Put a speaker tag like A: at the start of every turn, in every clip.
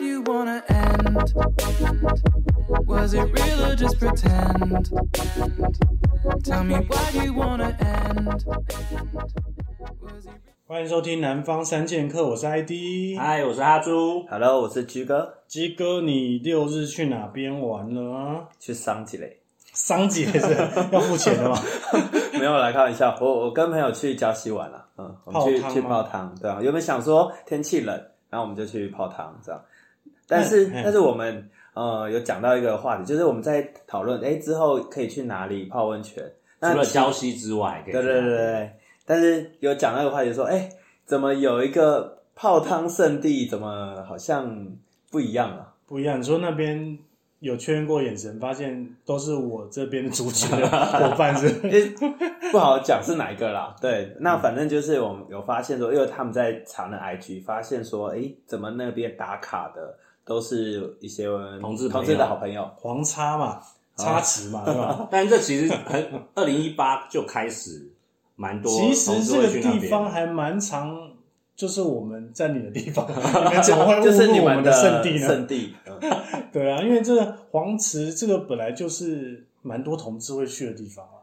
A: you wanna end? Was it real or just pretend? Tell me why do you wanna end? Was it
B: 欢迎收听《南方三剑客》，我是 ID。
C: 嗨，我是哈猪。
D: Hello，我是居哥，
B: 鸡哥，你六日去哪边玩了啊？
D: 去桑吉嘞。
B: 桑姐是 要付钱的嘛？
D: 没有啦，开玩笑，我我跟朋友去礁溪玩了，嗯，我们去
B: 泡汤吗
D: 去泡汤，对啊，原本想说天气冷，然后我们就去泡汤这样，但是
B: 嗯嗯
D: 但是我们呃有讲到一个话题，就是我们在讨论，哎，之后可以去哪里泡温泉？那
C: 除了消息之外，可以
D: 对对对对对，但是有讲到一个话题说，哎，怎么有一个泡汤圣地，怎么好像不一样啊了？
B: 不一样，你说那边有确认过眼神，发现都是我这边的族群的伙伴是不是
D: 因为 不好讲是哪一个啦。对，那反正就是我们有发现说，因为他们在查了 IG，发现说，诶，怎么那边打卡的都是一些呃
C: 同志朋友
D: 同志的好朋友，
B: 黄叉嘛，叉池嘛，对吧？
C: 但这其实很，二零一八就开始蛮多
B: 其实
C: 同志
B: 这
C: 会
B: 个
C: 去那边，
B: 地方还蛮长，就是我们占领的地方，你们怎么会
D: 就
B: 误
D: 是你
B: 入我们
D: 的
B: 圣地呢？
D: 圣地，嗯
B: 对啊，因为这个黄池这个本来就是蛮多同志会去的地方啊。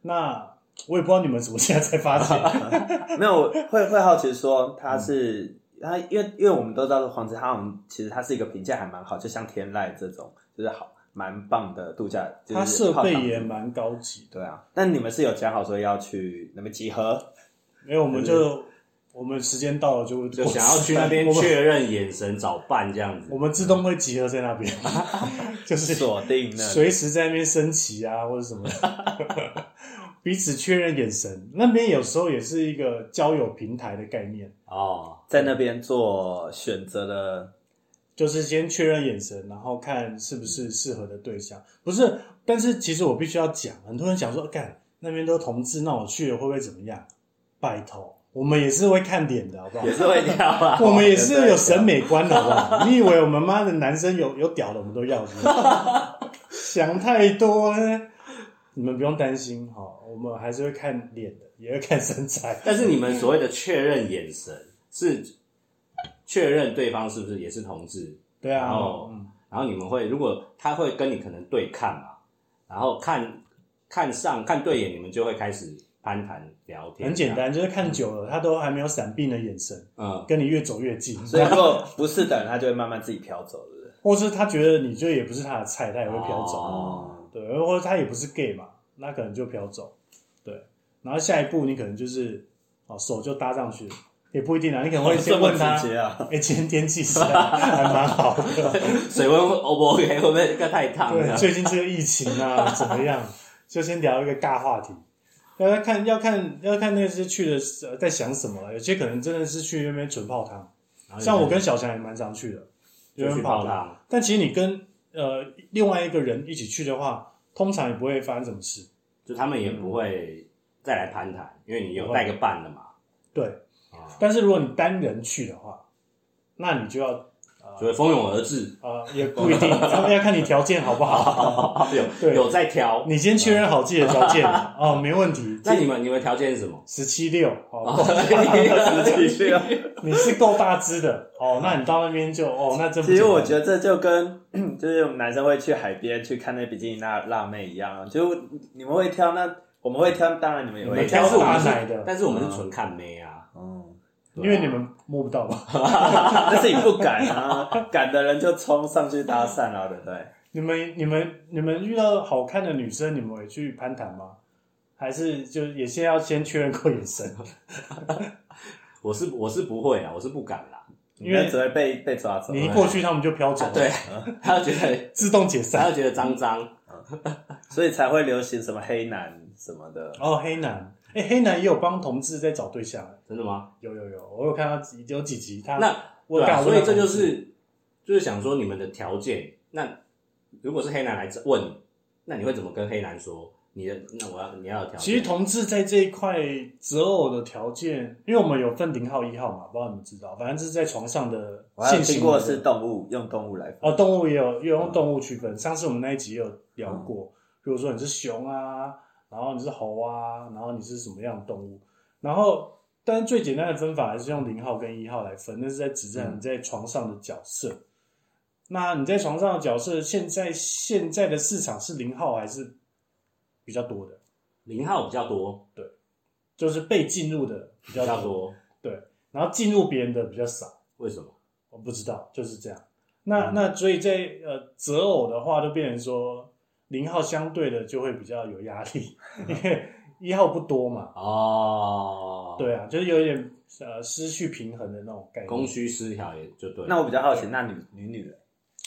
B: 那我也不知道你们怎么现在才发现，
D: 没有我会会好奇说他是。他因为因为我们都知道黄子他好像其实他是一个评价还蛮好，就像天籁这种就是好蛮棒的度假，就是
B: 它设
D: 泡
B: 备
D: 汤
B: 也蛮高级的。
D: 对啊。但你们是有讲好说要去那边 集合，
B: 没有，我们就我们时间到了就会
C: 就想要去那边
B: 我们
C: 确认眼神、找伴这样子
B: 我。们自动会集合在那 边，就是
D: 锁定那里
B: 随时在那边升旗啊，或者什么的，彼此确认眼神。那边有时候也是一个交友平台的概念，
C: 哦，
D: 在那边做选择的，
B: 就是先确认眼神，然后看是不
D: 嗯
B: 是适合的对象。不是，但是其实我必须要讲，很多人讲说，干那边都同志，那我去了会不会怎么样？拜托，我们也是会看脸的，好不好。
D: 也？是会跳啊
B: 我们也是有审美观的，好不 好？你以为我们妈的男生有有屌的，我们都要是不是想太多了。你们不用担心哈，我们还是会看脸的，也会看身材。
C: 但是你们所谓的确认眼神是确认对方是不是也是同志，
B: 对啊，
C: 哦
B: 嗯
C: 然后你们会如果他会跟你可能对看嘛，然后看看上看对眼，你们就会开始攀谈聊天，
B: 很简，单，就是看久了，他都还没有闪避你的眼神，
C: 嗯，
B: 跟你越走越近，
D: 所以如果不是的人，他就会慢慢自己飘走，对不对？
B: 或是他觉得你就也不是他的菜，他也会飘走。
C: 哦
B: 对，或者他也不是 gay 嘛，那可能就飘走。对，然后下一步你可能就是哦手就搭上去了，也不一定啊，你可能会
D: 这
B: 先
D: 么
B: 问 他，
D: 直接啊！
B: 哎、今天天气是啊还蛮好的，
C: 水温 O 不 OK？会不会太烫
B: 对，
C: 了？
B: 最近这个疫情啊怎么样？就先聊一个尬话题，要看要看要看那些去的呃在想什么了，有些可能真的是去那边纯泡汤，
C: 然后你们
B: 像我跟小强也蛮常去的，
C: 哎就
B: 有人
C: 去
B: 泡
C: 泡
B: 汤，
C: 汤，
B: 但其实你跟呃另外一个人一起去的话，通常也不会发生什么事。
C: 就他们也不会再来攀谈，因为你有带个伴了嘛，
B: 对，
C: 啊
B: 但是如果你单人去的话，那你就要
C: 就会啊蜂拥而至。
B: 呃也不一定，他们要看你条件好不好。
C: 有
B: 对
C: 有在挑，
B: 你先确认好自己的条件
D: 啊
B: 了哦，没问题。
C: 那你们你们条件是 什么？
B: 十七六哦，
D: 自己去啊。
B: 你是够大只的哦，那你到那边就哦，那真不
D: 其实我觉
B: 得
D: 得这就跟就是我们男生会去海边去看那比基尼辣辣妹一样啊，就你们会挑那，我们会挑，啊当然你们也
B: 你
D: 会
B: 们
C: 但
B: 挑
C: 是我们
B: 大
C: 是
B: 奶的，嗯
C: 但是我们是纯看妹啊，
D: 哦，
C: 对啊
B: 因为你们摸不到吧？
D: 但是你不敢啊，敢的人就冲上去搭讪啊了，对不对？
B: 你们你们你们遇到好看的女生，你们会去攀谈吗？还是就也先要先确认过眼神？
C: 我是我是不会啊，我是不敢啦。
B: 因为
D: 你只会被被抓走。
B: 你一过去，他们就飘走
C: 啊
B: 了，
C: 对，
B: 嗯
C: 啊他就觉得
B: 自动解
C: 他
B: 散。
C: 就觉得脏脏，
D: 所以才会流行什么黑男什么的。
B: 哦，黑男，哎、黑男也有帮同志在找对象，啊
C: 真的吗？
B: 有有有，我有看到几有几集他
C: 那
B: 我有
C: 对啊
B: 看，
C: 所以这
B: 我有
C: 就
B: 看
C: 是就是想说你们的条件，那如果是黑男来问你，那你会怎么跟黑男说？你的那我要你要有条件，
B: 其实同志在这一块择偶的条件，因为我们有分零号一号嘛，不知道你们知道，反正是在床上的
D: 我还有
B: 性
D: 听
B: 行
D: 过
B: 为
D: 是动物，用动物来分。
B: 哦，动物也有也有用动物区分。上次我们那一集也有聊
C: 嗯
B: 过，比如说你是熊啊，然后你是猴啊，然后你是什么样的动物，然后但是
C: 嗯
B: 最简单的分法还是用零号跟一号来分，那是在指证你在床上的角色。那你在床上的角色，现在现在的市场是零号还是比较多的？
C: 零号比较多，
B: 就是被进入的比
C: 比
B: 较
C: 较
B: 多，
C: 多，
B: 然后进入别人的比较少。
C: 为什么？
B: 我不知道，就是这样。那
C: 嗯
B: 那所以在呃择偶的话，就变成说零号相对的就会比较有压力，因为一号不多嘛。
C: 哦，，
B: 对啊，就是有一点呃失去平衡的那种概念。
C: 供需失调也就对。
D: 那我比较好奇，那女女女人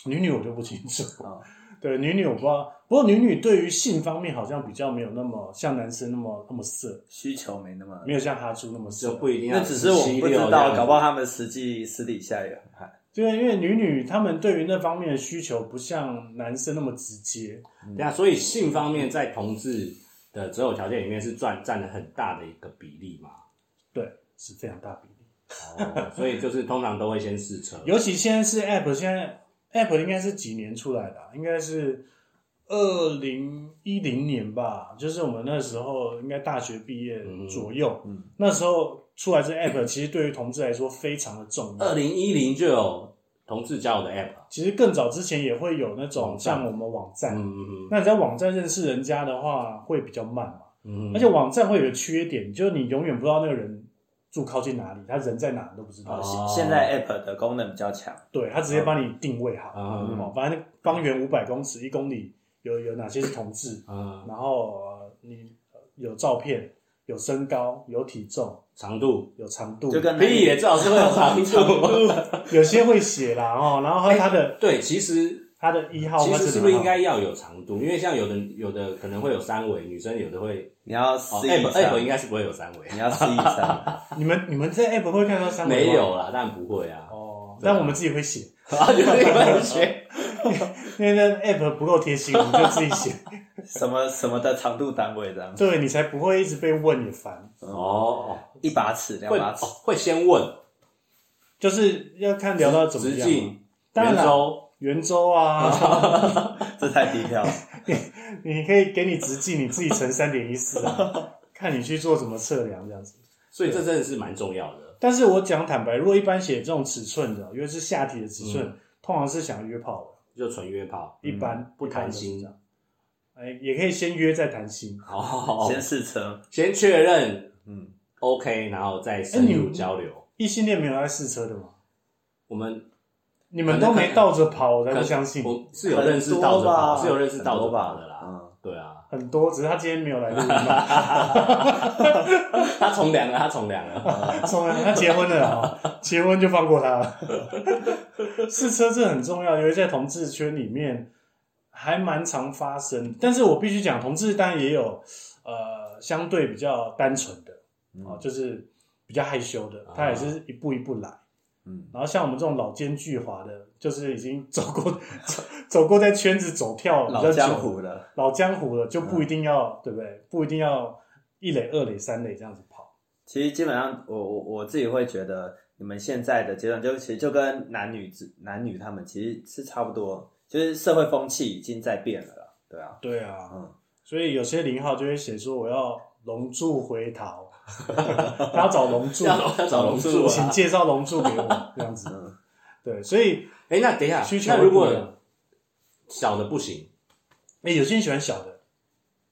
B: 女女我就不清楚，
C: 嗯
D: 啊，
B: 对女女我不知道。不过女女对于性方面好像比较没有那么像男生那么那么色，
D: 需求没那么
B: 没，有像哈猪那么
C: 就
B: 色。
C: 不一定要
D: 那只是我们不知
C: 16这样
D: 道，
C: 子
D: 搞不好他们实际私底下也很嗨。
B: 对，因为女女她们对于那方面的需求不像男生那么直接。
C: 对啊，所以性方面在同志的择偶条件里面是占占了很大的一个比例嘛。
B: 对，是非常大比例。
C: 哦，所以就是通常都会先试车。
B: 尤其现在是 App，现在 App 应该是几年出来的啊、应该是二零一零年吧，就是我们那时候应该大学毕业
C: 嗯
B: 左右，
D: 嗯
B: 那时候出来这 App，其实对于同志来说非常的重要。
C: 二零一零就有同志交友的 app，
B: 其实更早之前也会有那种
C: 网站
B: 像我们网站，
C: 嗯嗯
B: 那你在网站认识人家的话会比较慢嘛，
C: 嗯，
B: 而且网站会有个缺点，就是你永远不知道那个人住靠近哪里，他人在哪你都不知道，
C: 哦
D: 现现在 App 的功能比较强，
B: 对他直接帮你定位好，
C: 嗯
B: 哦，反正方圆五百公尺、一公里有有哪些是同志，
C: 嗯
B: 然后、呃你呃有照片、有身高、有体重、
C: 长 度
B: 有长度，
D: 就跟
C: 屁也至少是会有长度。
B: 有些会写啦哦，然后还有他的、
C: 对，其实
B: 他的一号，
C: 哎其
B: 他
C: 实是不是
B: 0号
C: 应该要有长度？因为像有的有的可能会有三维，女生有的会
D: 你要
C: 哦
D: C 以
C: app
D: 上
C: app，应该是不会有三维，
D: 你要 C 以 上，
B: 你们你们在 app 会看到三维
C: 没
B: 吗
C: 有啦，但不会啊，
B: 哦，
C: 对啊
B: 但我们自己会写，
C: 啊就是你们学
B: 因为那 app 不够贴心，我们就自己 写，
D: 什么什么的长度单位这样，
B: 对你才不会一直被问也烦，
C: 哦，
D: 一把尺两
C: 会
D: 把
C: 哦
D: 尺，
C: 会先问
B: 就是要看聊到怎么
C: 直
B: 样嘛。
C: 径、
B: 当然
C: 圆
B: 啦
C: 周，
B: 圆周 啊，
D: 这太低调了。
B: 你可以给你直径，你自己乘三点一四啊，看你去做什么测量这样子。
C: 所以这真的是蛮重要的。
B: 但是我讲坦白，如果一般写这种尺寸的，尤其是下体的尺寸，通常是想约炮的，
C: 就纯约炮，
B: 一般
C: 不谈心。
B: 一般都是这样哎，也可以先约再谈心。
C: 哦，
D: 先试车，
C: 先确认
D: 嗯，
C: OK，然后再深
B: 哎
C: 入交流。
B: 异性恋没有在试车的吗？
C: 我们
B: 你们都没倒着跑，我才不相信。
C: 我是有认识到
D: 很
C: 的
D: 多吧
C: 吧？是有认识到
D: 很
C: 的
D: 多吧
C: 吧的啦。
D: 嗯，
C: 对啊，
B: 很多，只是他今天没有来录音嘛。
C: 他从良了，他从良了。
B: 从来他结婚了啊， 结婚就放过他了。试车这很重要，尤其在同志圈里面还蛮常发生。但是我必须讲，同志当然也有呃相对比较单纯的
D: 嗯
B: 哦，就是比较害羞的，
D: 啊
B: 他也是一步一步来。
D: 嗯，
B: 然后像我们这种老奸巨猾的，就是已经走过 走走过在圈子走跳比较久
D: 老江湖嗯了，
B: 老江湖了，就不一定要、对不对？不一定要一垒、二垒、三垒这样子跑。
D: 其实基本上我，我我自己会觉得，你们现在的阶段就其实就跟男女之男女他们其实是差不多，就是社会风气已经在变了啦，对啊，
B: 对啊，
D: 嗯
B: 所以有些零号就会写说我要龙柱回逃， 他要找龙柱，
C: 要要找龙柱啊
B: 请介绍龙柱给我这样子。
D: 嗯，
B: 对，所以
C: 哎，那等一下
B: 需，求
C: 那
B: 会
C: 如
B: 不一
C: 果
B: 样。
C: 小的不行
B: 哎、有些人喜欢小的，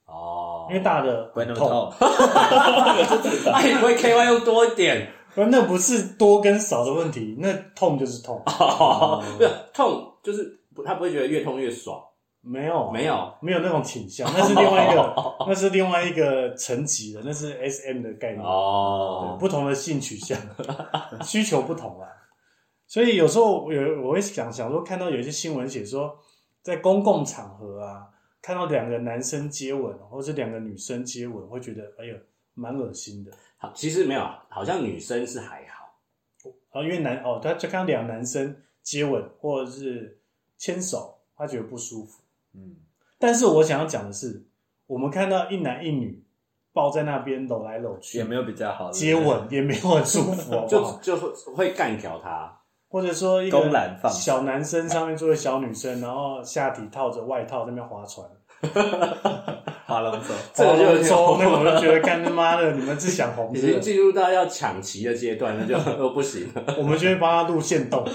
C: 哦，
B: 因为大的
D: 不会那么
B: 痛。
D: 痛，
C: 那哎你不会 KY 用多一点？
B: 不那不是多跟少的问题，那痛就是痛。
C: 哦，不是痛，就是不他不会觉得越痛越爽。
B: 没有，
C: 没有，
B: 没有那种倾 向，那是另外一个，那是另外一个层级的，那是 S M 的概念。对
C: 哦，
B: 不同的性取向 需求不同啊，所以有时候我有我会想想说，看到有一些新闻写说，在公共场合啊，看到两个男生接吻，或是两个女生接吻，会觉得哎呦蛮恶心的。
C: 好，其实没有，啊好像女生是还好。
B: 然后因为男哦，他就看到两个男生接吻或者是牵手，他觉得不舒服。
D: 嗯，
B: 但是我想要讲的是，我们看到一男一女抱在那边搂来搂
D: 也
B: 去，
D: 没有比较好，
B: 接吻也没有很舒服，好不
C: 就
B: 好？
C: 就会会干掉他，
B: 或者说一
D: 公
B: 个
D: 然放肆
B: 小男生上面坐个小女生，然后下体套着外套在那边划船，
D: 划龙舟，
C: 这个就有
B: 黄
C: 点
B: 州那个我就觉得干他妈的，你们是想红
C: 已
B: 是
C: 经
B: 不是？
C: 进入到要抢旗的阶段，那就 又不行了。
B: 我们就会帮他录线 动，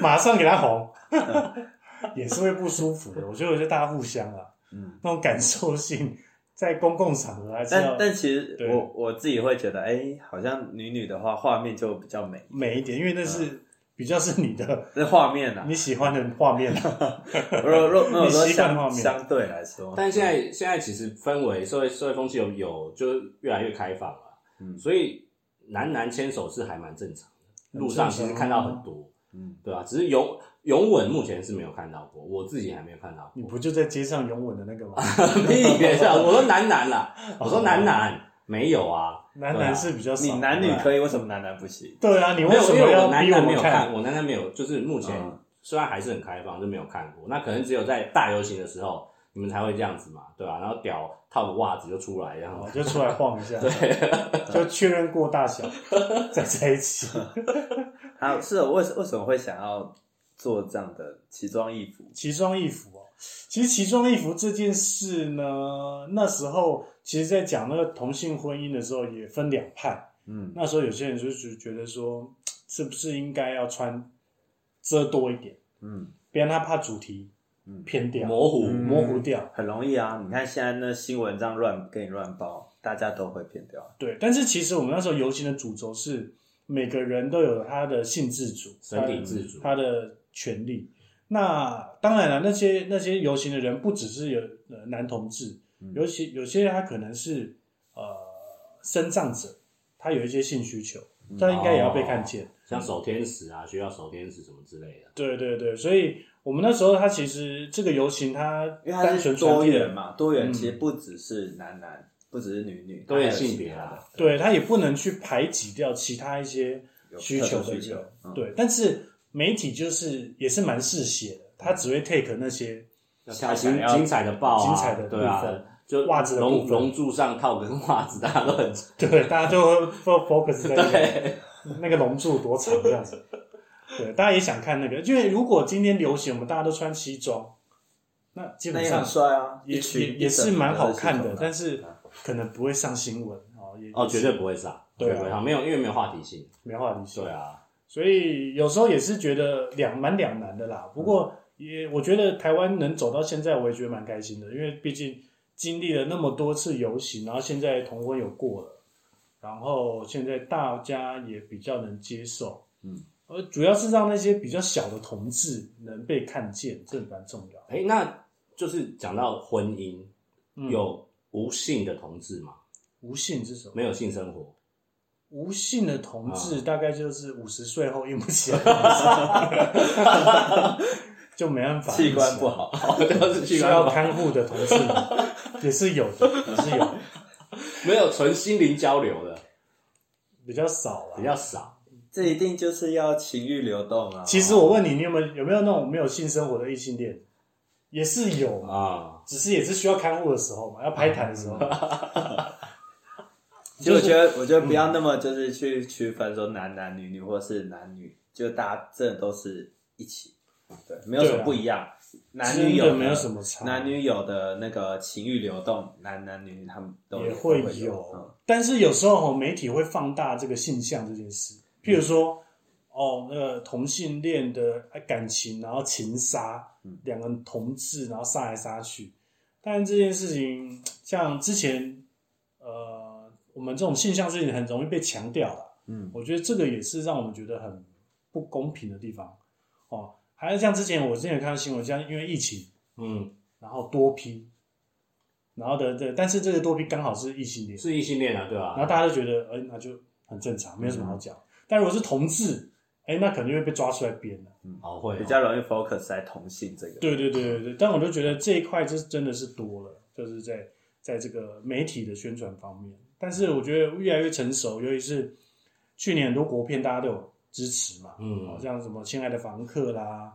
B: 马上给他红，
C: 嗯
B: 也是会不舒服的。我觉得我觉得大家互相啊，
D: 嗯。
B: 那种感受性在公共场合还是
D: 但
B: 要
D: 但其实
B: 对
D: 我我自己会觉得，哎、好像女女的话，画面就比较美，
B: 美一点，因为那
C: 嗯
B: 是比较是你的
D: 这画面啊，
B: 你喜欢的画面 啊。
D: 若若若
B: 你
D: 说
B: 习惯画
D: 相
B: 面
D: 相对来说，
C: 但现在现在其实氛围社会社会风气有有就是越来越开放了，
D: 嗯
C: 所以男男牵手是还蛮正常的。路上
B: 啊
C: 其实看到很多，
D: 嗯，
C: 对吧、只是拥拥吻目前是没有看到过，我自己还没有看到
B: 你
C: 过。
B: 不就在街上拥吻的那个 吗？
C: 屁别笑，啊我说男男啦，
B: 哦
C: 我说男男没有啊，
B: 男
C: 对啊
B: 男是比较少，
D: 你男女可以，为什么男男不行？
B: 对啊，你
C: 没
B: 为
C: 有，
B: 什
C: 因
B: 么
C: 为
B: 要
C: 我男
B: 逼我
C: 男没
B: 们
C: 有看，我男男没有，就是目前
D: 嗯
C: 虽然还是很开放，就没有看过。那可能只有在大游行的时候，你们才会这样子嘛，对吧、然后屌套个袜子就出来，然后
B: 我就出来晃一下，
C: 对，
B: 就确认过大小，再在一起。
D: 啊，是哦为什为什么会想要做这样的奇装异服？
B: 奇装异服哦，其实奇装异服这件事呢，那时候其实，在讲那个同性婚姻的时候，也分两派。
D: 嗯
B: 那时候有些人就是觉得说，是不是应该要穿遮多一点，
D: 嗯
B: 别让他怕主题
D: 嗯，
B: 偏掉、
C: 模糊。
D: 嗯
B: 模糊掉。
D: 很容易啊！你看现在那新闻这样乱给你乱报，大家都会骗掉。
B: 对，但是其实我们那时候游行的主轴是每个人都有他的性自主、
C: 身体自主
B: 他的他的权利。那当然了，那些那些游行的人不只是有呃男同志，
D: 嗯
B: 尤其有些他可能是呃身障者，他有一些性需求，
D: 嗯
B: 他应该也
D: 哦
B: 要被看见。
C: 像守天使啊，学校守天使什么之类的。
B: 对对对，所以我们那时候他其实这个游行，他
D: 因为它
B: 单
D: 是
B: 纯
D: 多
B: 传递了
D: 元嘛，多元
B: 嗯
D: 其实不只是男男，不只是女女，
C: 多元
D: 它还有
C: 性别
D: 其他的
C: 啊，
B: 对他也不能去排挤掉其他一些
D: 有
B: 需
D: 特
B: 求
D: 殊
B: 的
D: 需
B: 人
D: 求，嗯
B: 对，但是媒体就是也是蛮嗜血的，他只会 take 那些
C: 像精精彩的报啊，
B: 精彩的部分
C: 对啊，就
B: 袜子的部
C: 龙
B: 分
C: 龙柱上套根袜子，大家都很
B: 对，大家就会 focus 在那个
C: 对，
B: 那个龙柱多长这样子。对，大家也想看那个，因为如果今天流行，我们大家都穿西装，那基
D: 那
B: 本
D: 也
B: 上
D: 很帅啊，
B: 也
D: 一群
B: 也也是蛮好看的，但
D: 是
B: 是可能不会上新闻哦，也
C: 啊哦，绝对不会上，
B: 对啊
C: 绝不会上，没有，因为没有话题性，
B: 没话题性
C: 对。啊，
B: 所以有时候也是觉得两蛮两难的啦。不
D: 嗯
B: 过也我觉得台湾能走到现在，我也觉得蛮开心的，因为毕竟经历了那么多次游行，然后现在同婚有过了，然后现在大家也比较能接受，
D: 嗯，
B: 而主要是让那些比较小的同志能被看见，这蛮重要。
C: 哎，那就是讲到婚姻，
B: 嗯
C: 有无性的同志嘛，
B: 无性是什么？
C: 没有性生 活，
B: 无性的同志
D: 啊
B: 大概就是五十岁 后硬不起来， 就没办法，
D: 器官不。好，
C: 哦， 就是
B: 需
C: 器官
B: 要
C: 不好
B: 看护的同事们也是有的，也是有的，
C: 没有纯心灵交流的
B: 比较少
C: 比
B: 了。
C: 较少，
D: 这一定就是要情欲流动啊。
B: 其实我问你，你有没有有没有那种没有性生活的异性恋？也是有嘛，
C: 啊，
B: 只是也是需要看护的时候嘛，要拍台的时候。
D: 其实我觉得，我觉得不
B: 嗯
D: 要那么就是去区分说男男女女或是男女，就大家真的都是一起，对，没有什
B: 啊
D: 么不一样。男女有
B: 真的没有什么差
D: 男女有的那个情欲流动，男男女女他们都嗯
B: 也会
D: 都
B: 有，但是有时候哦媒体会放大这个现象这件事，譬如说，哦，那个同性恋的感情，然后情杀
D: 嗯，
B: 两个人同志，然后杀来杀去。但这件事情，像之前，呃，我们这种现象事情很容易被强调了。
D: 嗯
B: 我觉得这个也是让我们觉得很不公平的地方哦。还有像之前我之前有看到新闻，像因为疫情，
C: 嗯，
B: 然后多批，然后的的，但是这个多批刚好是异性恋，
C: 是异性恋啊，对吧
B: 然后？大家就觉得，哎、那就很正常，没有什么好讲。
D: 嗯
B: 但如果是同志，哎、那可能就会被抓出来编了。
C: 哦，会
D: 嗯，
C: 哦
D: 比较容易 focus 在同性这个。
B: 对对对对对，但我就觉得这一块就是真的是多了，就是在在这个媒体的宣传方面。但是我觉得越来越成熟，尤其是去年很多国片大家都有支持嘛，
C: 嗯
B: 好像什么《亲爱的房客》啦，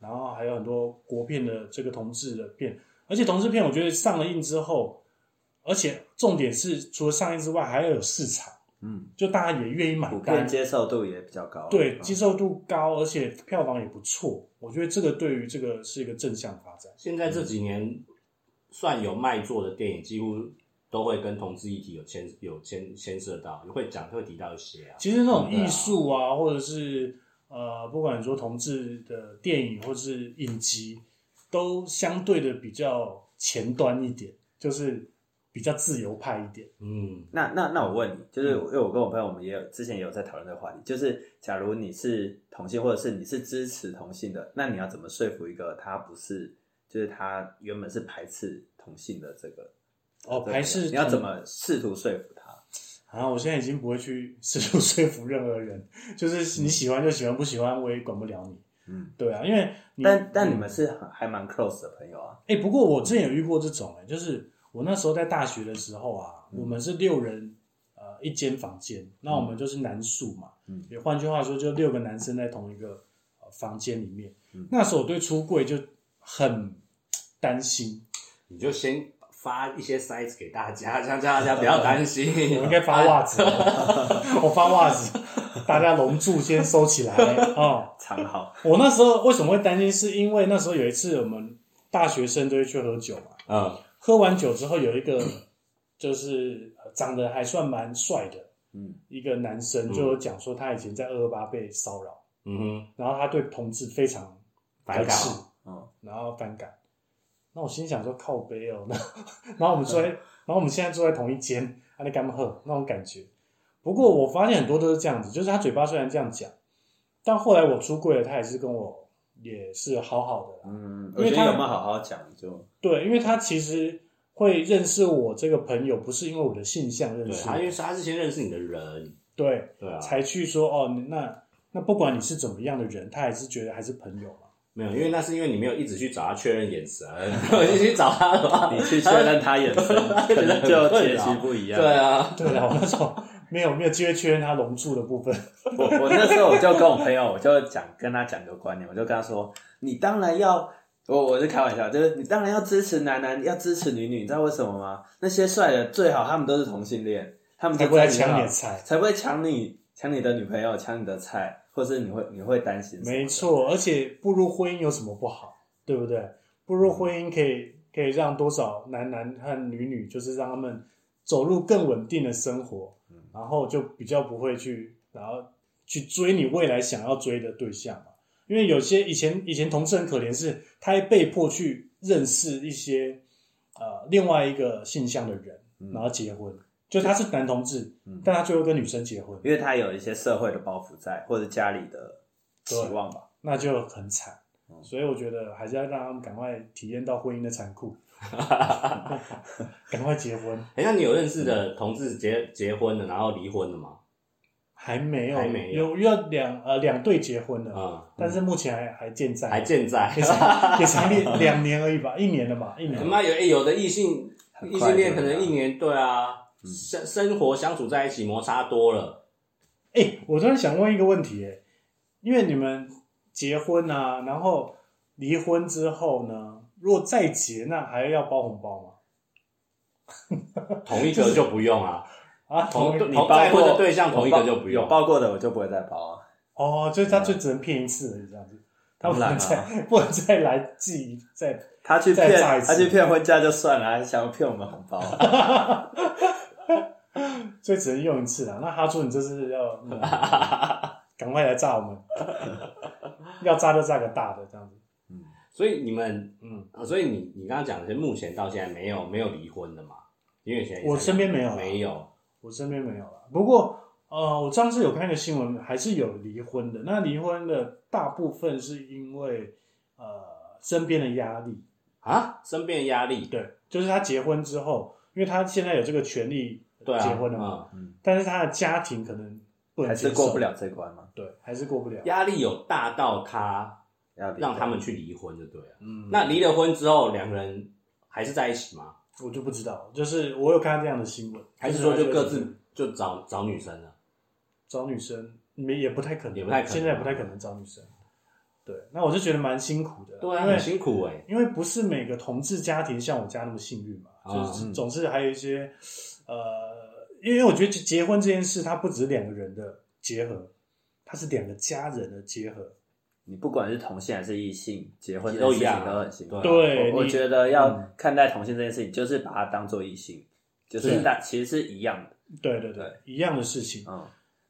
B: 然后还有很多国片的这个同志的片，而且同志片我觉得上了映之后，而且重点是除了上映之外，还要有市场，
D: 嗯，
B: 就大家也愿意买
D: 普
B: 单
D: 遍，接受度也比较高。
B: 对，
D: 嗯
B: 接受度高，而且票房也不错，我觉得这个对于这个是一个正向发展。
C: 现在这几年算有卖座的电影，几乎都会跟同志议题有牵有牵牵涉到，会讲会提到一些啊。
B: 其实那种艺术
D: 嗯
B: 啊，或者是呃，不管你说同志的电影或是影集，都相对的比较前端一点，就是比较自由派一点。
C: 嗯，
D: 那那那我问你，就是
B: 嗯
D: 因为我跟我朋友，我们也有之前也有在讨论这个话题，就是假如你是同性，或者是你是支持同性的，那你要怎么说服一个他不是，就是他原本是排斥同性的这个
B: 哦，
D: 这个
B: 还是
D: 啊你要怎么试图说服他？
B: 啊，我现在已经不会去试图说服任何人，就是你喜欢就喜欢，不喜欢我也管不了你。
D: 嗯，
B: 对啊，因为你嗯
D: 但但你们是很还蛮 close 的朋友啊，
B: 哎、不过我之前有遇过这种、欸，就是我那时候在大学的时候啊，
D: 嗯
B: 我们是六人呃一间房间，那我们就是男宿嘛，
D: 嗯
B: 也换句话说，就六个男生在同一个、呃房间里面。
D: 嗯
B: 那时候我对出柜就很担心，
C: 你就先发一些 size 给大家，这样叫大家不要担心。
B: 呃我应该
D: 哎
B: 发袜子， 我发袜子，大家龙柱先收起来哦。
D: 藏好，
B: 我那时候为什么会担心，是因为那时候有一次我们大学生都会去喝酒嘛，
C: 嗯
B: 喝完酒之后有一个 就是呃长得还算蛮帅的
D: 嗯
B: 一个男生，
C: 嗯
B: 就有讲说他以前在二二八被骚扰，
C: 嗯哼，
B: 然后他对同志非常排
C: 反感
B: 斥，
D: 哦，
B: 然后反感。那我心想说靠背哦，那 然后我们坐在，然后我们现在坐在同一间，他在干嘛喝那种感觉。不过我发现很多都是这样子，就是他嘴巴虽然这样讲，但后来我出柜了，他也是跟我也是好好的啦。
D: 嗯，
B: 因
D: 我
B: 为
D: 觉得
B: 他
D: 有没有好好讲就
B: 对，因为他其实会认识我这个朋友，不是因为我的性向认
C: 对，
B: 识我，
C: 他因为他是先认识你的人，
B: 对，
C: 对啊，
B: 才去说哦，那那不管你是怎么样的人，他还是觉得还是朋友嘛。
C: 没有，因为那是因为你没有一直去找他确认眼神， 你去找他的话，
D: 你去确认他眼神， 可能就结局不一样。
C: 对啊，
B: 对了，我那时候没有没有机会确认他龙柱的部分，
D: 我我那时候我就跟我朋友，我就讲跟他讲个观念，我就跟他说，你当然要，我我是开玩笑，就是你当然要支持男男，要支持女女，你知道为什么吗？那些帅的最好他们都是同性恋，他们
B: 才
D: 就
B: 不会来
D: 占
B: 抢
D: 好
B: 你的，菜。
D: 才不会抢你抢你的女朋友，抢你的菜，或是你会你会担心。
B: 没，错，而且步入婚姻有什么不好，对不对？步入婚姻可以可以让多少男男和女女，就是让他们走入更稳定的生活，然后就比较不会去，然后去追你未来想要追的对象嘛。因为有些以前以前同事很可怜，是他还被迫去认识一些呃另外一个性向的人，然后结婚。就他是男同志，
D: 嗯
B: 但他最后跟女生结婚，
D: 因为他有一些社会的包袱在，或者家里的期望吧。
B: 那就很惨
D: 嗯。
B: 所以我觉得还是要让他们赶快体验到婚姻的残 酷，赶快结婚。
C: 哎、那你有认识的同志结结婚的，然后离婚的吗？
B: 还没有，
C: 还没有
B: 有要两呃两对结婚的，
C: 嗯，
B: 但是目前还还健在，
C: 还健在。
B: 也 才也才两两年而已吧，一年了吧，一
C: 他
B: 年。
C: 妈有诶有的异性
D: 很
C: 异
D: 快
C: 性恋
D: 就
C: 可能
D: 这样
C: 一年对啊，
B: 嗯
C: 生、生活相处在一起摩擦多了，嗯
B: 哎、我突然想问一个问题、哎，因为你们结婚啊，然后离婚之后呢，如果再结，那还要包红包吗？
C: 同一个就不用啊，
B: 啊，
C: 同
B: 一个
C: 你
D: 你
C: 包
D: 包
C: 在乎
D: 过
C: 的对象同一个
D: 我包
C: 就不用
D: 有包过的我就不会再包啊。
B: 哦，就是他就只能骗一次而已，这样子，他不
D: 当然
B: 能
D: 啊
B: 再、 不能再来记一再
D: 他去
B: 再
D: 骗
B: 炸一次
D: 他去骗婚嫁就算了，还想要骗我们红包。啊
B: 所以只能用一次啦。那哈猪，你这次要、 嗯赶快来炸我们，要炸就炸个大的这样子。
C: 所以你们，
B: 嗯，
C: 呃所以你你刚刚讲的是目前到现在没有没有离婚的嘛？因为现在
B: 我身边没有啊
C: 没有，
B: 我身边没有啦，不过呃，我上次有看一个新闻，还是有离婚的。那离婚的大部分是因为呃身边的压力，
C: 啊，身边的压力，
B: 对，就是他结婚之后，因为他现在有这个权利
C: 对啊，
B: 结婚了嘛，
D: 嗯，
B: 但是他的家庭可能不能
D: 还是
B: 接受
D: 过不，了这关吗？
B: 对，还是过不了
C: 嗯，。压力有大到他
D: 要离
C: 让他们去离婚就对了。
B: 嗯，
C: 那离了婚之后，两个人还是在一起吗？
B: 我就不知道，就是我有看到这样的新闻，
C: 还是说就各
B: 就是
C: 自就找找女生了？
B: 找女生，没也不太可能，
C: 也不太可能
B: 现在也不太可能找女生。对，那我就觉得蛮辛苦的啦，
C: 对啊，
B: 因为
C: 很辛苦哎、
B: 因为不是每个同志家庭像我家那么幸运嘛，
C: 啊
B: 就是总是还有一些，呃，因为我觉得结婚这件事，它不只是两个人的结合，它是两个家人的结合。
D: 你不管是同性还是异性，结婚这
C: 都
D: 件
C: 一
D: 事情
C: 样啊
D: 都很辛苦。
B: 对
D: 我我
B: 你
D: 觉得要
B: 嗯
D: 看待同性这件事情，就是把它当做异性，就是
B: 是
D: 大其实是一样的。
B: 对对对
D: 对，
B: 一样的事情。
D: 嗯，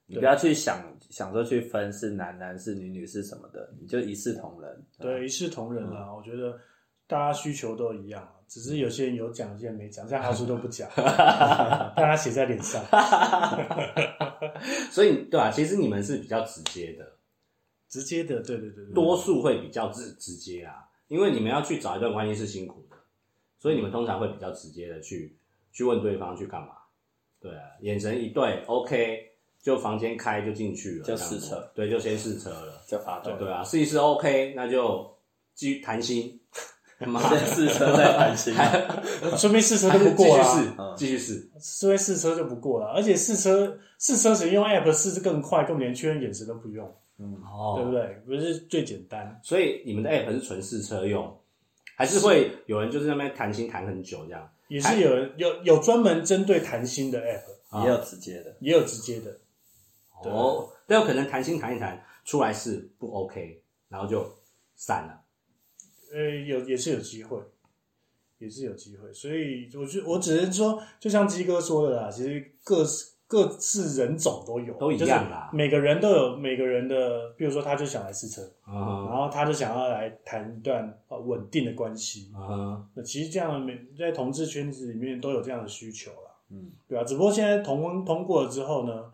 D: 你
B: 对
D: 不要去想想说去分是男男是女女是什么的，你就一视同仁。嗯
B: 对，一视同仁啦、
C: 嗯
B: 我觉得大家需求都一样啊，只是有些人有讲，有些人没讲，像阿叔都不 讲，大家写在脸上，
C: 所以对啊，其实你们是比较直接的，
B: 直接的，对对对
D: 嗯
B: 对，
C: 多数会比较直直接啊，因为你们要去找一段关系是辛苦的，所以你们通常会比较直接的去去问对方去干嘛，对啊，眼神一对，OK，就房间开就进去了，
D: 就
C: 这样子
D: 试车，
C: 对，就先试车了，
D: 就发抖，
C: 对啊，试一试 OK，那就继续谈 心，妈
D: 在试车在谈心
B: 顺呃便试车都不过啦、
D: 嗯
C: 继续试，继续试，
B: 顺便试车就不过了，而且试车试车只用 app 试更快，根本连确认眼神都不用，
D: 嗯，
C: 哦
B: 对不？对？不是最简单，
C: 所以你们的 app 是纯试车用，还是会有人就是在那边谈心谈很久这样？
B: 也是有人有有专门针对谈心的 app，
C: 啊
D: 也有直接的，
B: 也有直接的，对
C: 哦，但有可能谈心谈一谈出来是不 OK，然后就散了。
B: 呃，有也是有机会，也是有机会，所以我就我只是说，就像鸡哥说的啦，其实各各式人种都有，啊
C: 都一样啦
B: 就是每个人都有每个人的，比如说他就想来试车，然
C: 嗯
B: 后他就想要来谈一段呃稳定的关系，
C: 嗯，
B: 那其实这样的每在同志圈子里面都有这样的需求啦，
D: 嗯，
B: 对啊，只不过现在同婚通过了之后呢，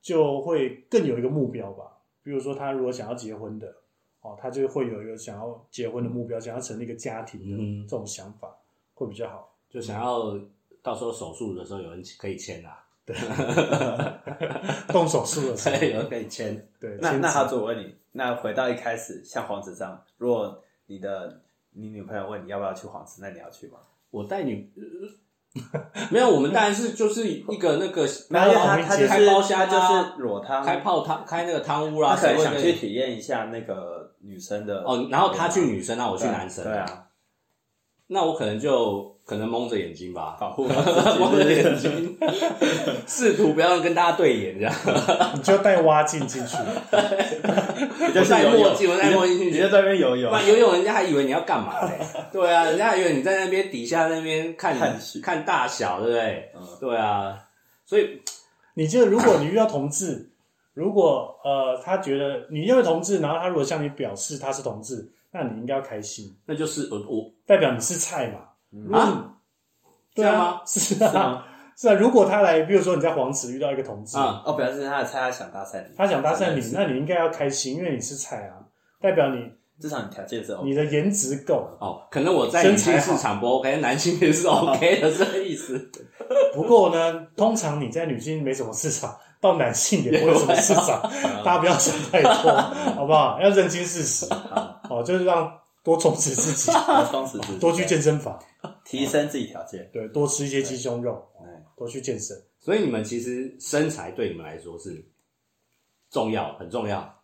B: 就会更有一个目标吧。比如说，他如果想要结婚的，哦，他就会有一个想要结婚的目标，想要成立一个家庭的、
C: 嗯
B: 这种想法会比较 好。
C: 就想要到时候手术的时候有人可以签啊啦、
B: 动手术的时候，
C: 对，有人可以签。
B: 对，
D: 哎那
B: 先
D: 那
B: 查
D: 好，主我问你，那回到一开始，像黄子这样，如果你的你女朋友问你要不要去黄子，那你要去吗？
C: 我带你， 呃没有，我们当然是就是一个那个
D: 没有，因为他
B: 黄
D: 他
B: 明
D: 就
B: 杰
D: 是
C: 开包厢
D: 他
C: 啊
D: 就是裸汤，
C: 开泡汤、开那个汤屋啦，啊
D: 他可能
C: 谁会
D: 想
C: 跟
D: 去
C: 你
D: 体验一下那个女生的
C: 哦，然后他去女生，那我去男生，
D: 对啊，
C: 那我可能就可能蒙着眼睛吧，
D: 保护
C: 蒙着眼
D: 自己。
C: 睛， 试图不要跟大家对眼这样。
B: 你就戴蛙镜进去，
D: 你就去
C: 戴
D: 游泳
C: 墨镜我戴墨镜去
D: 你就在那边游泳
C: 不，然游泳人家还以为你要干嘛嘞？ 对啊，人家还以为你在那边底下那边看
D: 看戏
C: 看大小，对不对？
D: 嗯，
C: 对啊，所以
B: 你就如果你遇到同志，如果呃他觉得你因为同志，然后他如果向你表示他是同志，那你应该要开心，
C: 那就是我我
B: 代表你是菜嘛。如果你
C: 啊，
B: 对
C: 这样
B: 啊
C: 吗，
B: 是
D: 是
B: 啊，
D: 吗？
B: 是啊。如果他来，比如说你在黄池遇到一个同志，
C: 啊
D: 哦，表示他的菜，他想搭讪你，
B: 他想搭讪你，
D: 是
B: 那你应该要开心，因为你是菜啊，代表你
D: 至少你条件是 OK
B: 你的颜值够。
C: 哦，可能我在女性市场不 OK，男性也是 OK 的，是这个意思。
B: 不过呢，通常你在女性没什么市场，到男性也不会有什么市场， 大家不要想太多，
C: 啊
B: 好不好？要认清事实，
D: 好，
B: 哦，就是让多充实自己，
D: 充实自己，
B: 多去健身房，
D: 提升自己条件。
B: 对，多吃一些鸡胸肉，
D: 哎，
B: 多去健身。
C: 所以你们其实身材对你们来说是重要，很重要。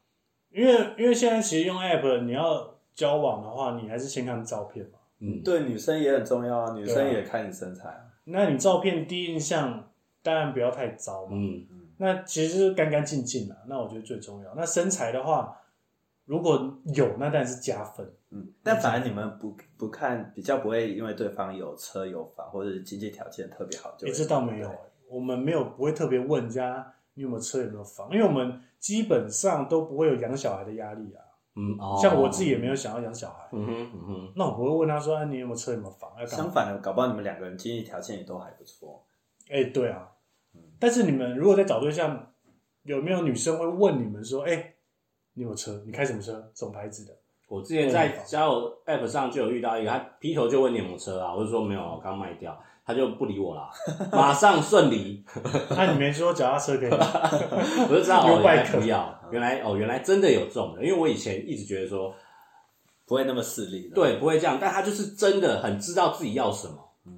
B: 因为因为现在其实用 app，你要交往的话，你还是先看照片嘛。
C: 嗯，
D: 对，女生也很重要啊，女生
B: 对啊
D: 也看你身材啊。
B: 那你照片第一印象当然不要太糟嘛。
C: 嗯，
B: 那其实就是干干净净啦，那我觉得最重要。那身材的话，如果有，那当然是加分。
D: 嗯，但反而你们不不看，比较不会因为对方有车有房或者是经济条件特别好就
B: 诶
D: 会。
B: 这倒没有、诶我们没有不会特别问人家你有没有车有没有房，因为我们基本上都不会有养小孩的压力啊。
C: 嗯，哦
B: 像我自己也没有想要养小孩，
C: 嗯哼，嗯哼，
B: 那我不会问他说、啊、你有没有车有没有房要干
D: 相
B: 嘛？
D: 反的，搞不好你们两个人经济条件也都还不错。
B: 哎、对啊。但是你们如果在找对象，有没有女生会问你们说，哎、你有没有车？你开什么车？什么牌子的？
C: 我之前在交友 App 上就有遇到一个，他劈头就问你有没有车啊，我就说没有，我刚卖掉，他就不 理我啦，马上顺离，
B: 那、你没说脚踏车可以吗？
C: 我就知道哦，
B: 有
C: 原来
B: 外壳
C: 不要，原来哦，原来真的有这种人，因为我以前一直觉得说
D: 不会那么势利的。
C: 对不会这样，但他就是真的很知道自己要什么，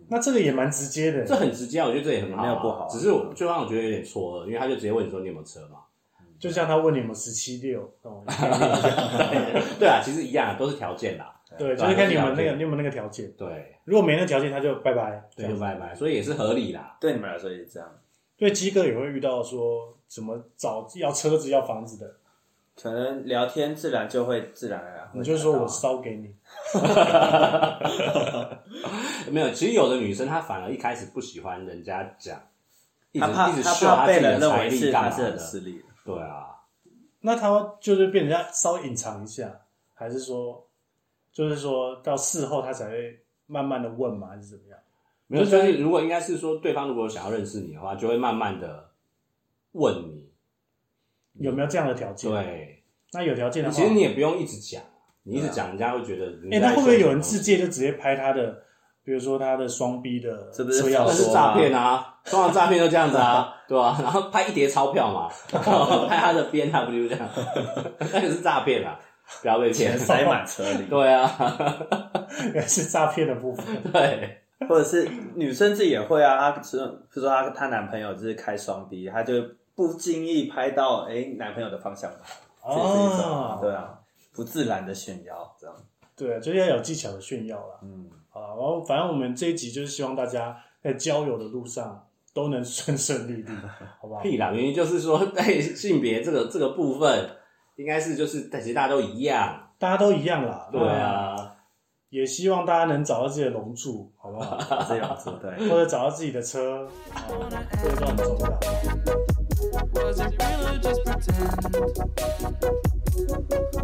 B: 那这个也蛮直接的、
C: 这很直接啊，我觉得这也很好、啊，
D: 没有不好啊
C: 只是我就让我觉得有点错愕，因为他就直接问你说你有没有车嘛，
B: 就像他问你有没有十七六，哦，
C: 对啊，其实一样啊，都是条件啦，
B: 对，
C: 对
B: 就是看你有没有那
C: 对
B: 个，你有没有那个条件。
C: 对，
B: 如果没那条件，他就拜拜。
C: 对，就拜拜，所以也是合理啦，
D: 对你们来说也是这样。
B: 对，鸡哥也会遇到说怎么找要车子要房子的，
D: 可能聊天自然就会自然而然
B: 你
D: 会拿到啊。
B: 就说我烧给你，
C: 没有，其实有的女生她反而一开始不喜欢人家讲，一直
D: 他怕
C: 一直
D: 他
C: 秀她
D: 怕
C: 自己
D: 被
C: 的
D: 人认
C: 财
D: 为
C: 力
D: 是
C: 干
D: 他
C: 嘛
D: 是很
C: 的，
D: 势利的，
C: 对啊，
B: 那他就是被人家稍微隐藏一下，还是说，就是说到事后他才会慢慢的问嘛，还是怎么样？
C: 没有，
B: 就是
C: 就是如果应该是说对方如果想要认识你的话，就会慢慢的问你，
B: 有没有这样的条件？，
C: 嗯对，
B: 那有条件的话，
C: 其实你也不用一直讲，你一直
D: 对啊
C: 讲，人家会觉得你
B: 哎、
C: 在
B: 那会不会有人
C: 秀什
B: 自
C: 么
B: 介就直接拍他的，比如说他的双臂的
D: 这不是
B: 车钥
C: 那
D: 说
C: 是
B: 匙？
C: 诈骗哦啊，通常诈骗都这样子啊，对吧、然后拍一叠钞票嘛，拍他的 B N W 这样， 那也是诈骗啊，不要被骗
D: 钱。塞满车 里，
C: 对啊，
B: 原 来是诈骗的部 分。
C: 对，
D: 或者是女生自己也会啊，她是比如说她她男朋友就是开双 B，她就不经意拍到哎、男朋友的方向盘，这也是一种、
C: 哦
D: 啊、对啊，不自然的炫耀这样，
B: 对，就是要有技巧的炫耀啦。
D: 嗯，
B: 好啦，然后反正我们这一集就是希望大家在交友的路上都能顺顺利利，好不 好？
C: 屁啦，原因就是说， 对性别这个这个部分，应该是就是其实大家都一样，
B: 大家都一样啦。
C: 对啊，
B: 也希望大家能找到自己的龙柱，好不好？
D: 这样子对
B: 或。者找到自己的车，啊，这个都很重要。
A: Was it real or just pretend?